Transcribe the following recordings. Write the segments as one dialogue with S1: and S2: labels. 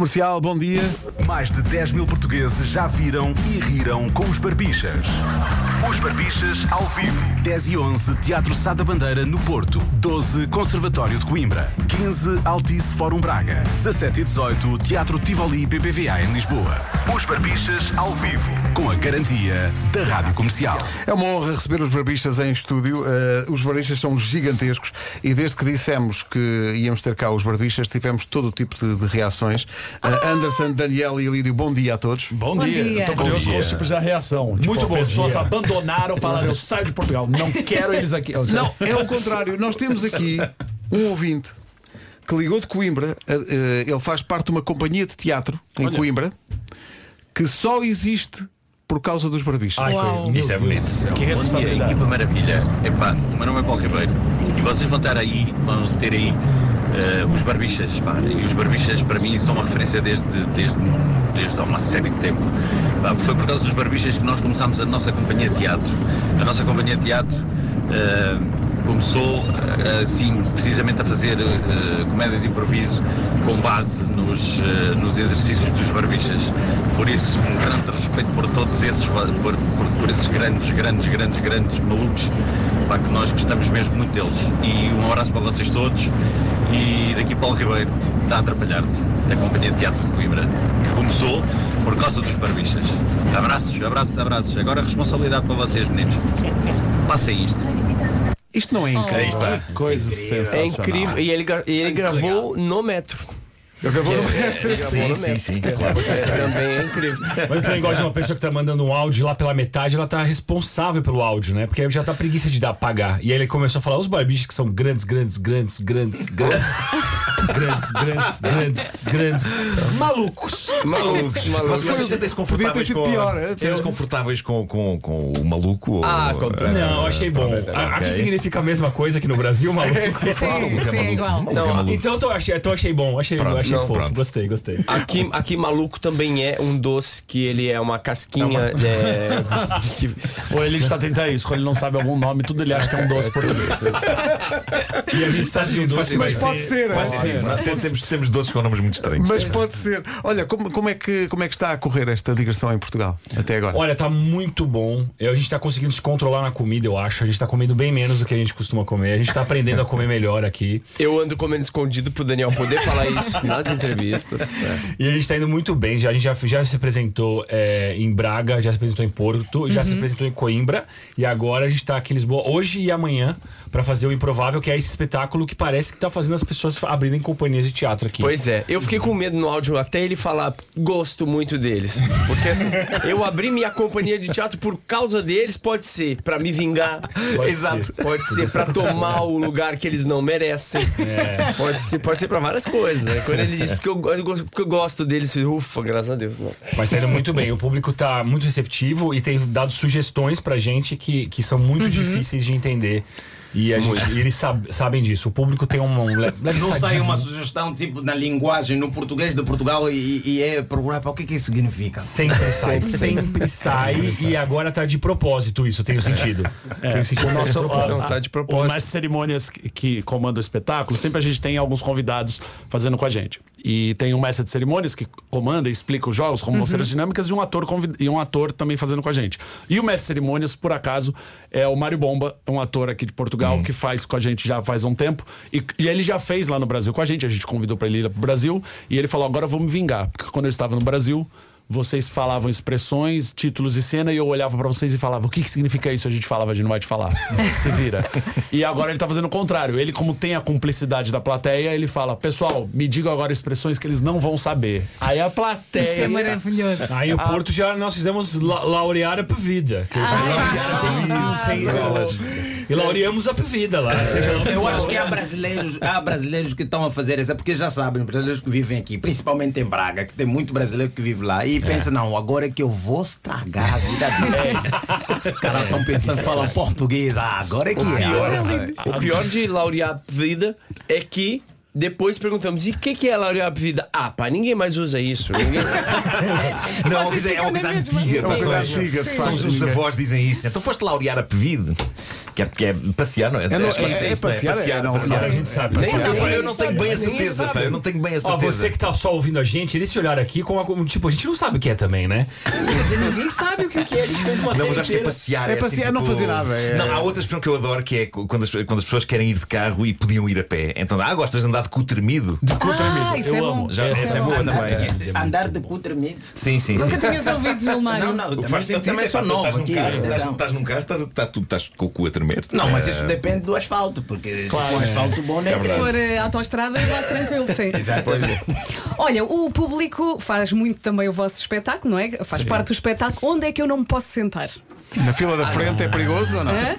S1: Comercial, bom dia.
S2: Mais de 10 mil portugueses já viram e riram com os Barbixas. Os Barbixas ao vivo. 10 e 11, Teatro Sá da Bandeira, no Porto. 12, Conservatório de Coimbra. 15, Altice Fórum Braga. 17 e 18, Teatro Tivoli BBVA em Lisboa. Os Barbixas ao vivo. Com a garantia da Rádio Comercial.
S1: É uma honra receber os barbistas em estúdio. Eh, os barbistas são gigantescos e desde que dissemos que íamos ter cá os barbistas, tivemos todo o tipo de, de reações. Eh, Anderson, Daniel e Lídio, bom dia a todos.
S3: Bom,
S4: Bom
S3: dia.
S4: dia.
S3: Estou
S4: Bom
S3: Então, curioso com os tipos da reação. Muito bom. Pessoas abandonaram, falaram: eu saio de Portugal, não quero eles aqui.
S1: Não, é o contrário. Nós temos aqui um ouvinte que ligou de Coimbra. eh, eh, Ele faz parte de uma companhia de teatro em Coimbra que só existe por causa dos barbistas.
S4: Uau.
S3: Isso é bonito. Que
S5: Bom dia,
S3: responsabilidade.
S5: equipa maravilha. Epá, o meu nome é Paulo Ribeiro e vocês vão estar aí, vão ter aí eh, os barbichas, pá. E os barbichas para mim são uma referência desde, desde, desde há uma série de tempo. Pá, foi por causa dos barbichas que nós começámos a nossa companhia de teatro. A nossa companhia de teatro eh, começou eh, assim precisamente a fazer eh, comédia de improviso com base nos, eh, nos exercícios dos barbichas. Por isso, um grande respeito por todos esses, va- por, por, por esses grandes, grandes, grandes, grandes malucos, pá, que nós gostamos mesmo muito deles. E um abraço para vocês todos. E daqui Paulo Ribeiro, está a atrapalhar-te, da Companhia de Teatro de Coimbra, que começou por causa dos barbichas. Abraços, abraços, abraços. Agora a responsabilidade para vocês, meninos. Passem isto.
S1: Isto não é incrível.
S3: está. Coisa
S6: É
S3: sensacional.
S6: incrível. E ele, gra- e ele gravou no metro. É,
S1: Eu acabou-
S6: Sim, sim, sim. Claro. É, também é incrível.
S7: Mas eu também gosto de uma pessoa que tá mandando um áudio lá pela metade, ela tá responsável pelo áudio, né? Porque aí já tá preguiça de dar pagar. E aí ele começou a falar os barbichas que são grandes, grandes, grandes, grandes, grandes, grandes, grandes, grandes, grandes, malucos.
S6: Maluco,
S8: Mas
S6: maluco.
S8: vocês sentem-se confortáveis,
S1: sido
S8: com,
S1: pior, é?
S8: sentem-se confortáveis com, com, com o maluco? Ou,
S6: Ah, com-
S7: Não, achei bom. A- Aqui
S8: é Ok.
S7: significa a mesma coisa que no Brasil, maluco.
S4: Sim, sim, é igual.
S8: Não,
S6: Não,
S8: maluco.
S7: Então eu tô- achei, então achei bom, achei,
S8: Pronto,
S7: achei
S8: não,
S7: fofo.
S8: pronto.
S7: Gostei, gostei.
S6: Aqui, aqui maluco também é um doce que ele é uma casquinha. é, que-
S3: um- Ou ele está tentando isso, quando ele não sabe algum nome, tudo ele acha que é um doce português. e a gente sabe de um doce,
S1: Mas pode ser,
S8: Mas
S1: é?
S8: sim, nós temos- Ah, temos, temos doces com nomes muito estranhos.
S1: Mas pode ser. Olha, como, como é que, como é que está a correr esta digressão em Portugal até agora?
S7: Olha, tá muito bom. Eu- A gente tá conseguindo se controlar na comida, eu acho. A gente tá comendo bem menos do que a gente costuma comer. A gente tá aprendendo a comer melhor aqui.
S6: eu ando comendo escondido pro Daniel poder falar isso nas entrevistas. né?
S7: E a gente tá indo muito bem. Já, a gente já, já se apresentou é, em Braga, já se apresentou em Porto, já se apresentou em Coimbra. E agora a gente tá aqui em Lisboa hoje e amanhã pra fazer o Improvável, que é esse espetáculo que parece que tá fazendo as pessoas abrirem companhias de teatro aqui.
S6: Pois é, eu fiquei com medo no áudio até ele falar gosto muito deles. Porque assim, eu abri minha companhia de teatro por causa deles, pode ser, pra me vingar.
S7: Pode
S6: Exato.
S7: ser.
S6: Pode ser pra tomar o lugar que eles não merecem. Pode ser, pode ser pra várias coisas. né? Quando ele diz porque eu, eu gosto, porque eu gosto deles, eu falei, ufa, graças a Deus. Não.
S7: Mas tá indo muito bem. O público tá muito receptivo e tem dado sugestões pra gente que, que são muito difíceis de entender. E, a gente, e eles sab- sabem disso. O público tem um. um le- leve
S9: Não sai
S7: sadismo.
S9: uma sugestão tipo na linguagem, no português de Portugal e, e é procurar para o que que isso significa.
S7: Sempre sai, sempre sai. E agora tá de propósito isso, tem o sentido. Tem o sentido.
S3: O nosso,
S6: Não, tá de propósito.
S3: Nas cerimônias que- que comanda o espetáculo, sempre a gente tem alguns convidados fazendo com a gente. E tem um mestre de cerimônias que comanda e explica os jogos,
S6: Uhum.
S3: como vão ser as dinâmicas, e um ator convid- e um ator também fazendo com a gente. E o mestre de cerimônias, por acaso, é o Mário Bomba, um ator aqui de
S6: Uhum.
S3: Portugal que faz com a gente já faz um tempo. E, e ele já fez lá no Brasil com a gente. A gente convidou pra ele ir lá pro Brasil. E ele falou: agora eu vou me vingar. Porque quando eu estava no Brasil. Vocês falavam expressões, títulos e cena e eu olhava pra vocês e falava: "O que, que significa isso?" A gente falava: "A gente não vai te falar. Se vira". E agora ele tá fazendo o contrário. Ele como tem a cumplicidade da plateia, ele fala: "Pessoal, me digam agora expressões que eles não vão saber". Aí a
S4: Isso é
S3: plateia
S4: maravilhoso.
S7: Aí o Porto já nós fizemos la laurear a pevida. Que eu digo,
S9: é
S7: e laureamos a pevida lá.
S9: Eu acho que há brasileiros, há brasileiros que estão a fazer essa, porque já sabem, brasileiros que vivem aqui, principalmente em Braga, que tem muito brasileiro que vive lá, e pensa, não, agora é que eu vou estragar a vida
S8: É.
S9: deles. Os caras estão pensando, falam é." português, ah, agora é que é.
S6: O pior de laurear a vida é que Depois perguntamos, e o que, que é Laurear Vida? Ah, pá, ninguém mais usa isso. Ninguém...
S8: Não, é uma
S4: Vocês
S8: coisa, é
S4: ficam na
S8: uma coisa
S4: mesma.
S8: antiga.
S4: É uma
S8: pá,
S1: coisa
S8: são-
S1: antiga, de
S8: são
S1: facto.
S8: Os os avós dizem isso. Então foste laurear a pedido. Que é, que é passear, não é?
S1: não-
S8: Acho que
S1: é- é
S8: isso, não
S1: passear, é, não,
S7: Não, a
S8: passear.
S7: gente sabe.
S8: Nem-
S7: passear.
S8: eu não- eu não
S4: sabe,
S8: tenho bem a
S4: ninguém
S8: certeza,
S4: sabe.
S8: pá, eu não tenho bem a
S7: Ó, você
S8: certeza.
S7: que tá só ouvindo a gente, esse olhar aqui, como, como, tipo, a gente não sabe o que é também, né? Quer dizer, ninguém sabe o que que é. A gente fez uma
S8: Não,
S7: série
S8: mas acho que é
S7: inteira.
S8: passear.
S1: É
S8: assim,
S1: passear, não fazer nada, é-
S8: Não, há outra expressão que eu adoro que é quando as, quando as pessoas querem ir de carro e podiam ir a pé. Então, ah, gostas de andar de cu tremido?
S4: Ah, isso é
S3: Eu
S4: bom.
S3: amo.
S8: Já,
S3: Essa
S8: essa é
S4: é
S8: boa
S9: Andar-
S8: também.
S9: Andar de cu tremido.
S8: Sim, sim, sim.
S4: Nunca tinha os ouvidos, Vilmário.
S9: Não, não,
S8: O que
S9: também,
S8: faz sentido
S9: também
S8: é,
S9: sou
S8: pá, tu
S9: novo
S8: estás num
S9: aqui.
S8: carro, estás-
S9: atenção.
S8: Estás num carro, Ah, estás, estás, tu estás com o cu a tremer.
S9: Não, mas isso depende do asfalto, porque se for asfalto bom, não é
S4: Se
S9: verdade.
S4: for eh, autoestrada, é mais tranquilo, sim.
S9: Exato.
S4: Olha, o público faz muito também o vosso espetáculo, não é? Faz parte do espetáculo. Onde é que eu não me posso sentar?
S1: Na fila da frente é perigoso ou não?
S4: Hã?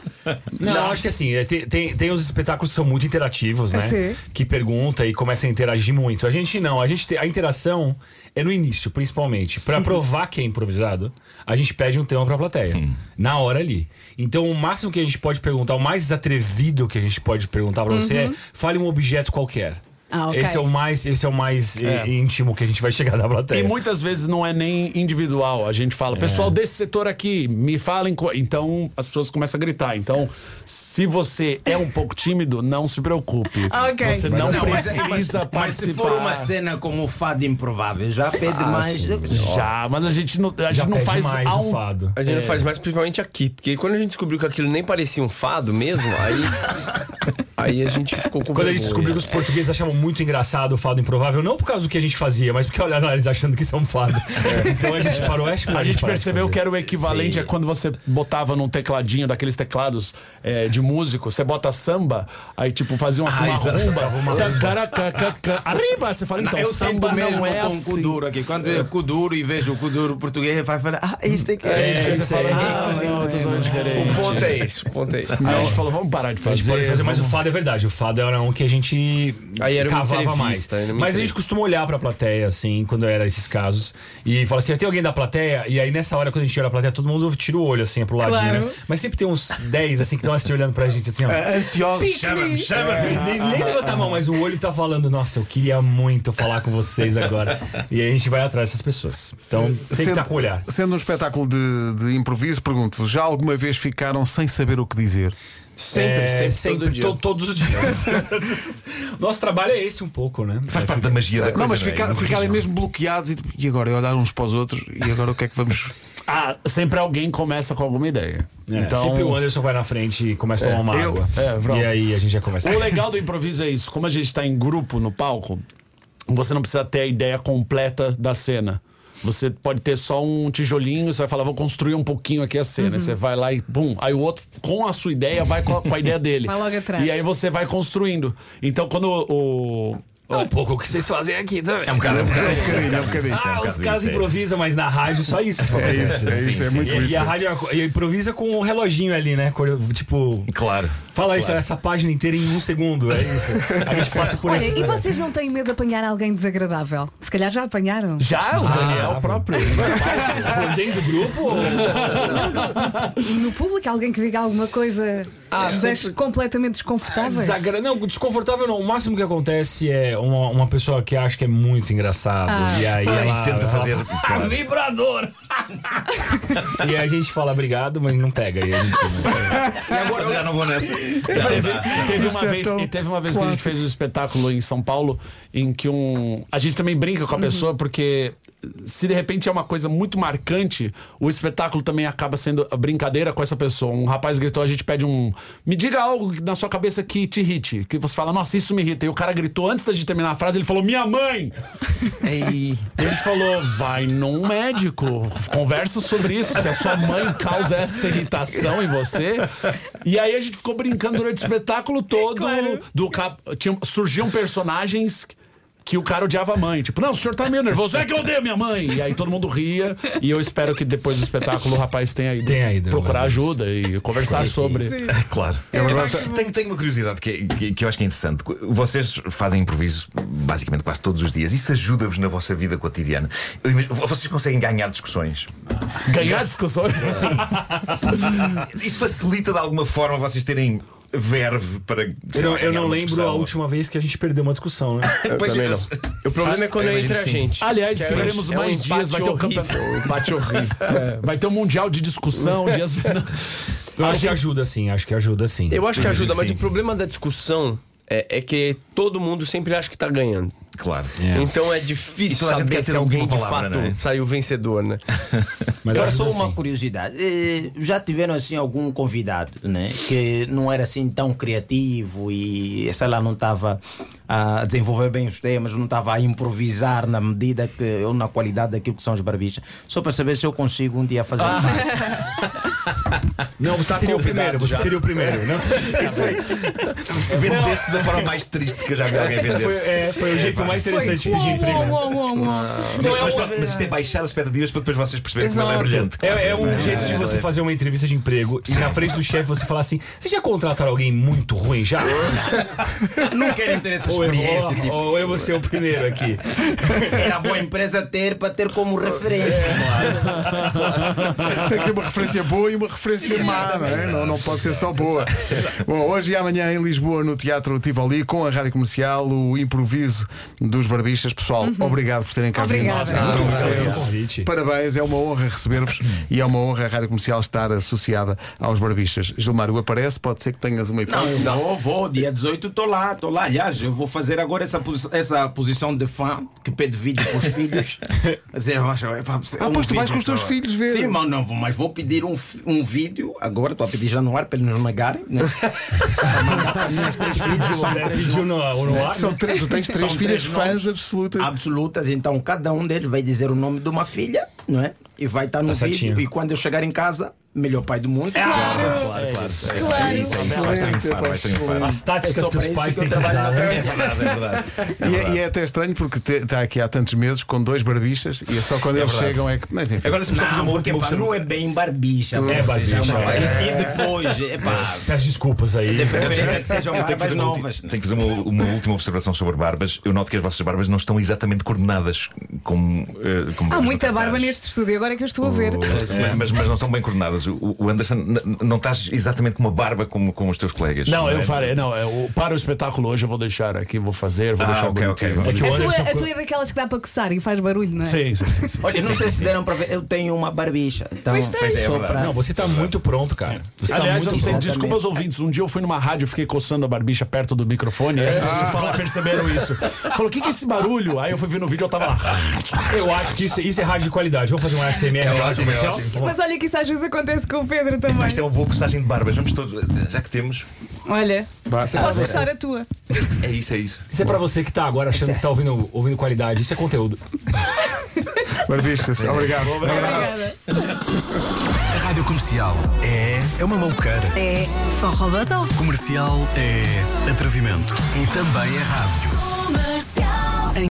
S7: Não, acho que assim, é, tem, tem, tem os espetáculos que são muito interativos, né?
S4: Sim.
S7: Que pergunta e começa a interagir muito. A gente não, a gente tem, a interação é no início, principalmente.
S4: Uhum.
S7: Pra provar que é improvisado, a gente pede um tema pra plateia. Na hora ali. Então, o máximo que a gente pode perguntar, o mais atrevido que a gente pode perguntar pra você é: fale um objeto qualquer.
S4: Uhum. Ah, ok.
S7: Esse é o mais, esse é o mais eh, íntimo que a gente vai chegar na plateia.
S3: E muitas vezes não é nem individual. A gente fala,
S9: É.
S3: pessoal desse setor aqui, me falem. co-" Então as pessoas começam a gritar. Então, se você é um pouco tímido, não se preocupe.
S4: Ah, ok.
S3: Você não,
S9: Não, mas-
S3: precisa participar.
S9: Mas se for uma cena como o Fado Improvável, já pede mais.
S3: Já, mas a gente não, a
S7: já
S3: gente não
S7: pede
S3: faz
S7: mais
S3: ao-
S7: É o fado.
S6: A gente não faz mais, principalmente aqui. Porque quando a gente descobriu que aquilo nem parecia um fado mesmo, aí. aí a gente ficou
S7: Quando
S6: com
S7: a
S6: vergonha.
S7: gente descobriu que os portugueses achavam muito engraçado o fado improvável, não por causa do que a gente fazia, mas porque olharam eles achando que isso é um fado. Então a gente parou, acho
S3: A gente percebeu que era o equivalente a quando você botava num tecladinho daqueles teclados é, de músico, você bota samba, aí tipo fazia uma, uma rumba. Tacaracacaca. Arriba! Você fala, então,
S9: eu
S3: samba
S9: sinto mesmo
S3: não é
S9: com o cu
S3: assim.
S9: duro aqui. Quando eu cu duro e vejo o cu duro português, vai falar, ah, isto é que é.
S3: Aí você fala, ah,
S9: sim,
S3: não, tudo diferente.
S6: O ponto é esse, o ponto é esse.
S3: Aí a gente falou, vamos parar de
S7: A
S3: fazer.
S7: gente pode fazer, mas o
S3: vamos-
S7: fado é verdade. O fado era um que a gente
S6: Aí era uma
S7: cavava
S6: entrevista,
S7: mais. Mas a
S6: era uma
S7: gente
S6: entrevista.
S7: costuma olhar pra plateia, assim, quando era esses casos, e fala assim: tem alguém da plateia? E aí nessa hora, quando a gente olha a plateia, todo mundo tira o olho, assim, pro ladinho,
S4: Claro.
S7: né? Mas sempre tem uns 10, assim, que estão assim olhando pra gente, assim, ó.
S1: Ansiosos.
S4: Pique-me.
S3: É.
S7: Nem, nem levantar a mão, mas o olho tá falando, nossa, eu queria muito falar com vocês agora. E aí a gente vai atrás dessas pessoas. Então tem que estar com o olhar.
S1: sendo um espetáculo de, de improviso, pergunto-vos: já alguma vez ficaram sem saber o que dizer?
S6: Sempre,
S7: É,
S6: sempre, todo
S7: sempre,
S6: dia.
S7: to- todos os dias. Nosso trabalho é esse um pouco, né?
S8: Faz parte da magia da coisa.
S1: não, mas
S8: é?
S1: ficar,
S8: Do
S1: ficarem
S8: risco.
S1: mesmo bloqueados e, tipo, e agora? E olhar uns para os outros e agora o que é que vamos.
S3: Ah, sempre alguém começa com alguma ideia.
S7: É,
S3: então,
S7: Sempre o Anderson vai na frente e começa a tomar uma
S3: eu-
S7: água.
S3: é, pronto.
S7: e aí a gente já começa.
S3: O legal do improviso é isso. Como a gente está em grupo no palco, você não precisa ter a ideia completa da cena. Você pode ter só um tijolinho, você vai falar, vou construir um pouquinho aqui a cena.
S4: Uhum.
S3: Você vai lá e bum. Aí o outro, com a sua ideia, vai com a, com a ideia dele.
S4: Vai logo atrás.
S3: E aí você vai construindo. Então quando o. o-
S7: É um pouco o que vocês fazem aqui também.
S8: É um bocado, é um bocado.
S1: bocadinho, é um bocadinho.
S7: Ah, os
S8: bocado
S7: caras
S8: isso, é.
S7: improvisam, mas na rádio só isso. que acontece.
S1: É isso, é muito
S7: E-
S1: isso.
S7: E a rádio é uma co- e improvisa com o reloginho ali, né? Cor- Tipo,
S8: Claro.
S7: fala isso, essa página inteira em um segundo. É isso. A gente passa por
S4: Olha,
S7: essa-
S4: e vocês não têm medo de apanhar alguém desagradável? Se calhar já apanharam.
S3: Já, o
S7: Ah,
S8: é
S3: Daniel
S7: bravo.
S3: próprio.
S7: Foi dentro do grupo?
S4: No público, alguém que diga alguma coisa
S6: Ah,
S4: que deixe completamente desconfortável?
S7: Desagra... Não, desconfortável não. O máximo que acontece é uma, uma pessoa que acha que é muito engraçado.
S4: Ah,
S7: e aí
S8: Ela
S7: ela
S8: tenta
S7: ela
S8: fazer.
S7: fala,
S8: claro.
S7: Vibrador! e a gente fala obrigado, mas não pega. E a gente
S8: E agora eu já não vou nessa.
S3: Teve,
S8: Já, já.
S3: teve uma
S1: é
S3: vez,
S1: tão
S3: e teve uma vez que a gente fez um espetáculo em São Paulo em que um. A gente também brinca
S1: Uhum.
S3: com a pessoa, porque se de repente é uma coisa muito marcante, o espetáculo também acaba sendo a brincadeira com essa pessoa. Um rapaz gritou, a gente pede um. Me diga algo que na sua cabeça que te irrite. Que você fala, nossa, isso me irrita. E o cara gritou antes da gente terminar a frase, ele falou, minha mãe! E a gente falou, vai num médico, conversa sobre isso, se a sua mãe causa esta irritação em você. E aí a gente ficou brincando durante o espetáculo todo. Do cap... tinha- Surgiam personagens que o cara odiava a mãe. Tipo, não, o senhor tá meio nervoso, é que eu odeio minha mãe. E aí todo mundo ria. E eu espero que depois do espetáculo o rapaz tenha ido, né?
S7: Tenha ido,
S3: procurar
S7: meu Deus.
S3: ajuda e conversar sobre.
S7: é,
S8: Claro. É tenho, tenho uma curiosidade que, que, que eu acho que é interessante. Vocês fazem improvisos basicamente quase todos os dias. Isso ajuda-vos na vossa vida cotidiana. Eu imagino- vocês conseguem ganhar discussões.
S3: Ganhar discussões.
S8: Isso facilita de alguma forma vocês terem verve para. sei
S7: Eu
S8: lá,
S7: não, eu
S8: ganhar
S7: não
S8: uma
S7: lembro a
S8: discussão.
S7: última vez que a gente perdeu uma discussão, né?
S6: Eu
S8: Pois
S6: também
S8: é,
S6: não. O problema é quando
S8: eu
S6: entra a
S8: imagino
S6: gente.
S2: Ah,
S3: Aliás,
S6: Que é um-
S3: teremos
S6: é um
S3: mais dias, vai ter o
S6: empate
S3: campeonato.
S6: horrível, um empate horrível.
S7: É,
S3: Vai ter um mundial de discussão, dias.
S7: Eu acho que ajuda sim, acho que ajuda sim.
S6: Eu acho que ajuda, mas
S8: sim.
S6: o problema da discussão é, é que todo mundo sempre acha que tá ganhando.
S8: Claro.
S6: Então é
S8: E
S6: difícil
S8: toda a gente quer
S6: saber
S8: ter
S6: se
S8: a última
S6: alguém de
S8: palavra,
S6: fato
S8: né?
S6: saiu vencedor, né?
S7: Mas
S9: Agora
S7: ajuda
S9: só uma
S7: sim.
S9: curiosidade. Eh, Já tiveram assim algum convidado, né? Que não era assim tão criativo e, sei lá, não estava a desenvolver bem os temas, não estava a improvisar na medida que ou na qualidade daquilo que são os barbichas. Só para saber se eu consigo um dia fazer. um.
S8: tá
S7: Não, você seria o primeiro, você seria o primeiro. né? Não?
S8: Vendeste da forma mais triste que eu já vi alguém vender.
S7: Foi, é, foi o jeito mais interessante de pedir emprego.
S4: Uou, uou, uou, uou.
S8: Mas, mas, mas isto é baixar as expectativas para depois vocês perceberem que não é brilhante.
S7: É, é um jeito de você fazer uma entrevista de emprego e na frente do chefe você falar assim: Vocês já contrataram alguém muito ruim já?
S9: Não quero ter essa
S7: ou, eu,
S9: experiência.
S7: ou, ou eu vou ser o primeiro aqui.
S9: tipo, Era boa empresa ter para ter como referência. né?
S1: Tem que ter uma referência boa e uma referência má, não, é? não, não pode ser só boa. Bom, hoje e amanhã em Lisboa, no Teatro Tivoli, com a Rádio Comercial, o improviso dos barbistas. Pessoal, obrigado por terem cá vindo.
S4: Obrigada.
S1: Muito
S7: Muito
S1: obrigado.
S7: obrigado pelo convite.
S1: Parabéns, é uma honra receber-vos e é uma honra a Rádio Comercial estar associada aos barbistas. Gilmário aparece, pode ser que tenhas uma
S9: Não,
S1: hipótese.
S9: eu vou, vou, dia 18 estou lá, estou lá. Aliás, eu vou fazer agora essa, posi- essa posição de fã que pede vídeo para os filhos. A dizer, "Mas, é pá, é
S1: Ah,
S9: um
S1: pois tu vais
S9: vídeo
S1: com os teus
S9: só."
S1: filhos ver.
S9: Sim, mas não vou, mas vou pedir um, fi- um vídeo, agora estou a pedir já no ar para eles nos negarem. Né? Para mandar para mim os três filhos, são
S7: É,
S9: três
S7: Pediu no, no ar? né?
S1: São três, tu tens três
S9: São
S1: filhas
S9: três
S1: fãs
S9: nomes.
S1: absolutas.
S9: absolutas, então cada um deles vai dizer o nome de uma filha, não é? E vai estar no vídeo.
S7: certinho.
S9: E quando eu chegar em casa, melhor pai do mundo.
S4: Claro,
S8: É
S4: claro.
S8: isso, é isso. Vai triunfar, vai triunfar.
S7: As
S9: É
S7: táticas que os pais têm que usar. né?
S8: É verdade, é verdade.
S1: E é, e é até estranho porque te- está aqui há tantos meses com dois barbichas e é só quando eles
S8: verdade.
S1: chegam é que. Mas enfim.
S8: Agora, se me só fazer uma
S9: Não, porque,
S8: última
S9: pá, não
S8: observação.
S9: é bem barbicha.
S7: É
S9: pá, vocês já
S7: barbicha,
S9: não-
S7: é.
S9: E e depois, é pá,
S7: Peço desculpas aí.
S9: preferência é que sejam
S8: Eu tenho que
S9: barbas
S6: um
S8: fazer, uma,
S9: novas.
S8: ulti- tenho que fazer uma, uma última observação sobre barbas. Eu noto que as vossas barbas não estão exatamente coordenadas como. eh, como
S4: Há
S8: vemos
S4: muita
S8: no cartaz.
S4: barba neste estúdio, agora é que eu estou a ver.
S8: Mas- Mas, mas não estão bem coordenadas. O, o Anderson, n- n- não estás exatamente com uma barba como, como os teus colegas.
S3: Não, eu
S8: é?
S3: farei. Não, é o- para o espetáculo hoje eu vou deixar aqui, vou fazer, vou
S8: Ah,
S3: deixar
S8: ok,
S3: o
S8: ok.
S3: bonitinho.
S7: É que o
S4: A tua,
S7: Anderson-
S4: a tua é daquelas que dá para coçar e faz barulho, não é?
S3: Sim, sim, sim. sim.
S9: Olha, não sei se deram para ver, eu tenho uma barbicha. Então,
S4: Pois tens. Pois é, é
S9: só
S8: verdade.
S9: pra-
S7: Não, você tá muito pronto, cara. Você tá
S3: Aliás,
S7: muito
S3: eu sei,
S7: pronto.
S3: desculpa aos ouvintes. Um dia eu fui numa rádio, fiquei coçando a barbicha perto do microfone. E
S7: É.
S3: as pessoas falaram, perceberam isso. Falou, o que, que é esse barulho? Aí eu fui ver no vídeo eu tava lá.
S7: Eu acho que isso, isso é rádio de qualidade. Vamos fazer um ASMR é rádio
S8: ótimo, é
S7: comercial?
S8: ótimo.
S4: Mas olha que isso às vezes acontece com o Pedro
S8: Mas
S4: também.
S8: Isto é uma boa coçagem de barbas. Vamos todos. Já que temos.
S4: Olha, podes coçar a tua.
S8: É isso, é isso.
S7: Isso é pra você que tá agora achando que tá ouvindo, ouvindo qualidade. Isso é conteúdo.
S1: Barbichas, obrigado.
S4: Obrigada.
S10: A Rádio Comercial é, é uma maluqueira.
S11: É Forrobadão.
S10: Comercial é atrevimento. E também é rádio.
S11: Comercial.